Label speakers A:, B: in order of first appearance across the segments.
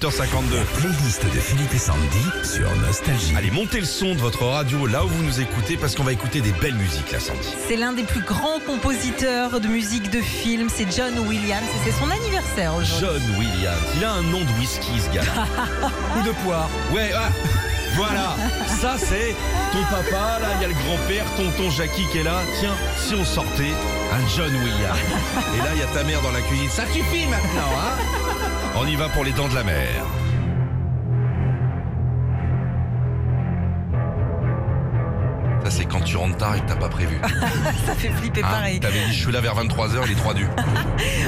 A: 7h52.
B: Playlist de Philippe et Sandy sur Nostalgie.
A: Allez, montez le son de votre radio là où vous nous écoutez parce qu'on va écouter des belles musiques là, Sandy.
C: C'est l'un des plus grands compositeurs de musique de film, c'est John Williams et c'est son anniversaire aujourd'hui.
A: John Williams. Il a un nom de whisky, ce gars.
D: Coup de poire.
A: Ouais, ah, voilà. Ça, c'est ton papa, là, il y a le grand-père, tonton Jackie qui est là. Tiens, si on sortait un John Williams. Et là, il y a ta mère dans la cuisine. Ça suffit maintenant, hein On y va pour les dents de la mer. Ça, c'est quand tu rentres tard et que t'as pas prévu.
C: Ça fait flipper
A: Hein,
C: pareil.
A: T'avais dit, je suis là vers 23h, il est 3 du.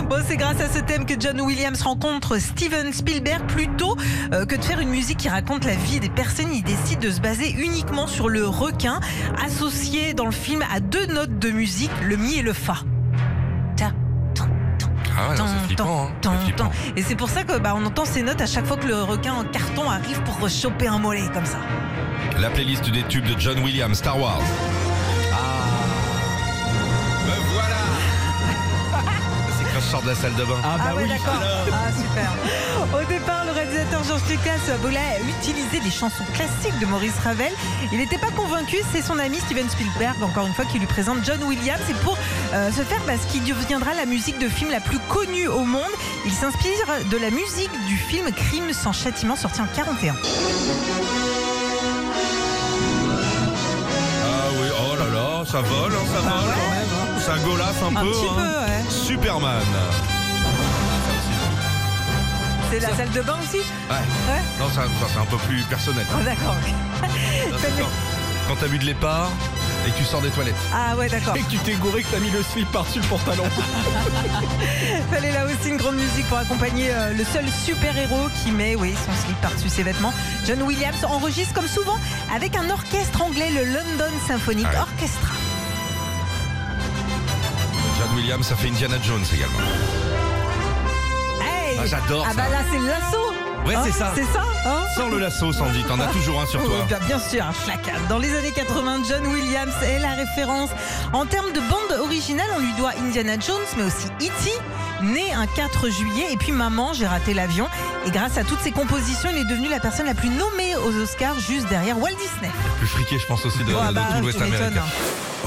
C: Bon, c'est grâce à ce thème que John Williams rencontre Steven Spielberg plutôt euh, que de faire une musique qui raconte la vie des personnes. Il décide de se baser uniquement sur le requin, associé dans le film à deux notes de musique, le mi et le fa. Ta, ton, ton,
A: Ah ouais, non,
C: ton,
A: c'est flippant, hein.
C: ton,
A: C'est flippant.
C: ton. Et c'est pour ça que bah, on entend ces notes à chaque fois que le requin en carton arrive pour choper un mollet comme ça.
A: La playlist des tubes de John Williams, Star Wars. Ah Me voilà C'est quand je sors de la salle de bain.
D: Ah bah
C: Ah ouais,
D: oui.
C: d'accord. Ah, super. Au départ, le réalisateur Georges Lucas voulait utiliser des chansons classiques de Maurice Ravel. Il n'était pas convaincu. C'est son ami Steven Spielberg, encore une fois, qui lui présente John Williams. Et pour euh, se faire bah, ce qui deviendra la musique de film la plus connue au monde, il s'inspire de la musique du film Crime sans châtiment, sorti en 41.
D: ben
A: Ah oui, oh là là, ça vole, hein,
D: Bah
A: ça vole. hein. Ça golasse un,
C: Un
A: peu.
C: petit
A: hein.
C: peu, ouais.
A: Superman.
C: C'est la salle de bain aussi
A: Ouais.
C: Ouais.
A: Non, ça, ça, c'est un peu plus personnel.
C: Oh, d'accord.
A: Non, c'est quand quand t'as bu de l'épargne et que tu sors des toilettes.
C: Ah ouais, d'accord.
D: Et que tu t'es gouré que t'as mis le slip par-dessus le pantalon.
C: Fallait là aussi une grande musique pour accompagner euh, le seul super-héros qui met oui, son slip par-dessus ses vêtements. John Williams enregistre comme souvent avec un orchestre anglais, le London Symphonic
A: Ah ouais.
C: Orchestra.
A: John Williams, ça fait Indiana Jones également.
C: Hey
A: Ah, j'adore
C: Ah
A: ça.
C: bah là, c'est le lasso
A: Ouais,
C: Hein,
A: c'est ça.
C: C'est ça hein
A: Sors le lasso, Sandy, t'en as toujours un sur toi.
C: Oh, bien, bien sûr, un flac. Dans les années 80, John Williams est la référence. En termes de bande originale, on lui doit Indiana Jones, mais aussi E.T., né un 4 juillet, et puis Maman, j'ai raté l'avion. Et grâce à toutes ses compositions, il est devenu la personne la plus nommée aux Oscars, juste derrière Walt Disney.
A: Plus friqué, je pense aussi, de,
C: Bon, ah
A: de
C: bah,
A: tout
C: tu
A: l'Ouest
C: m'étonnes,
A: américain.
C: hein.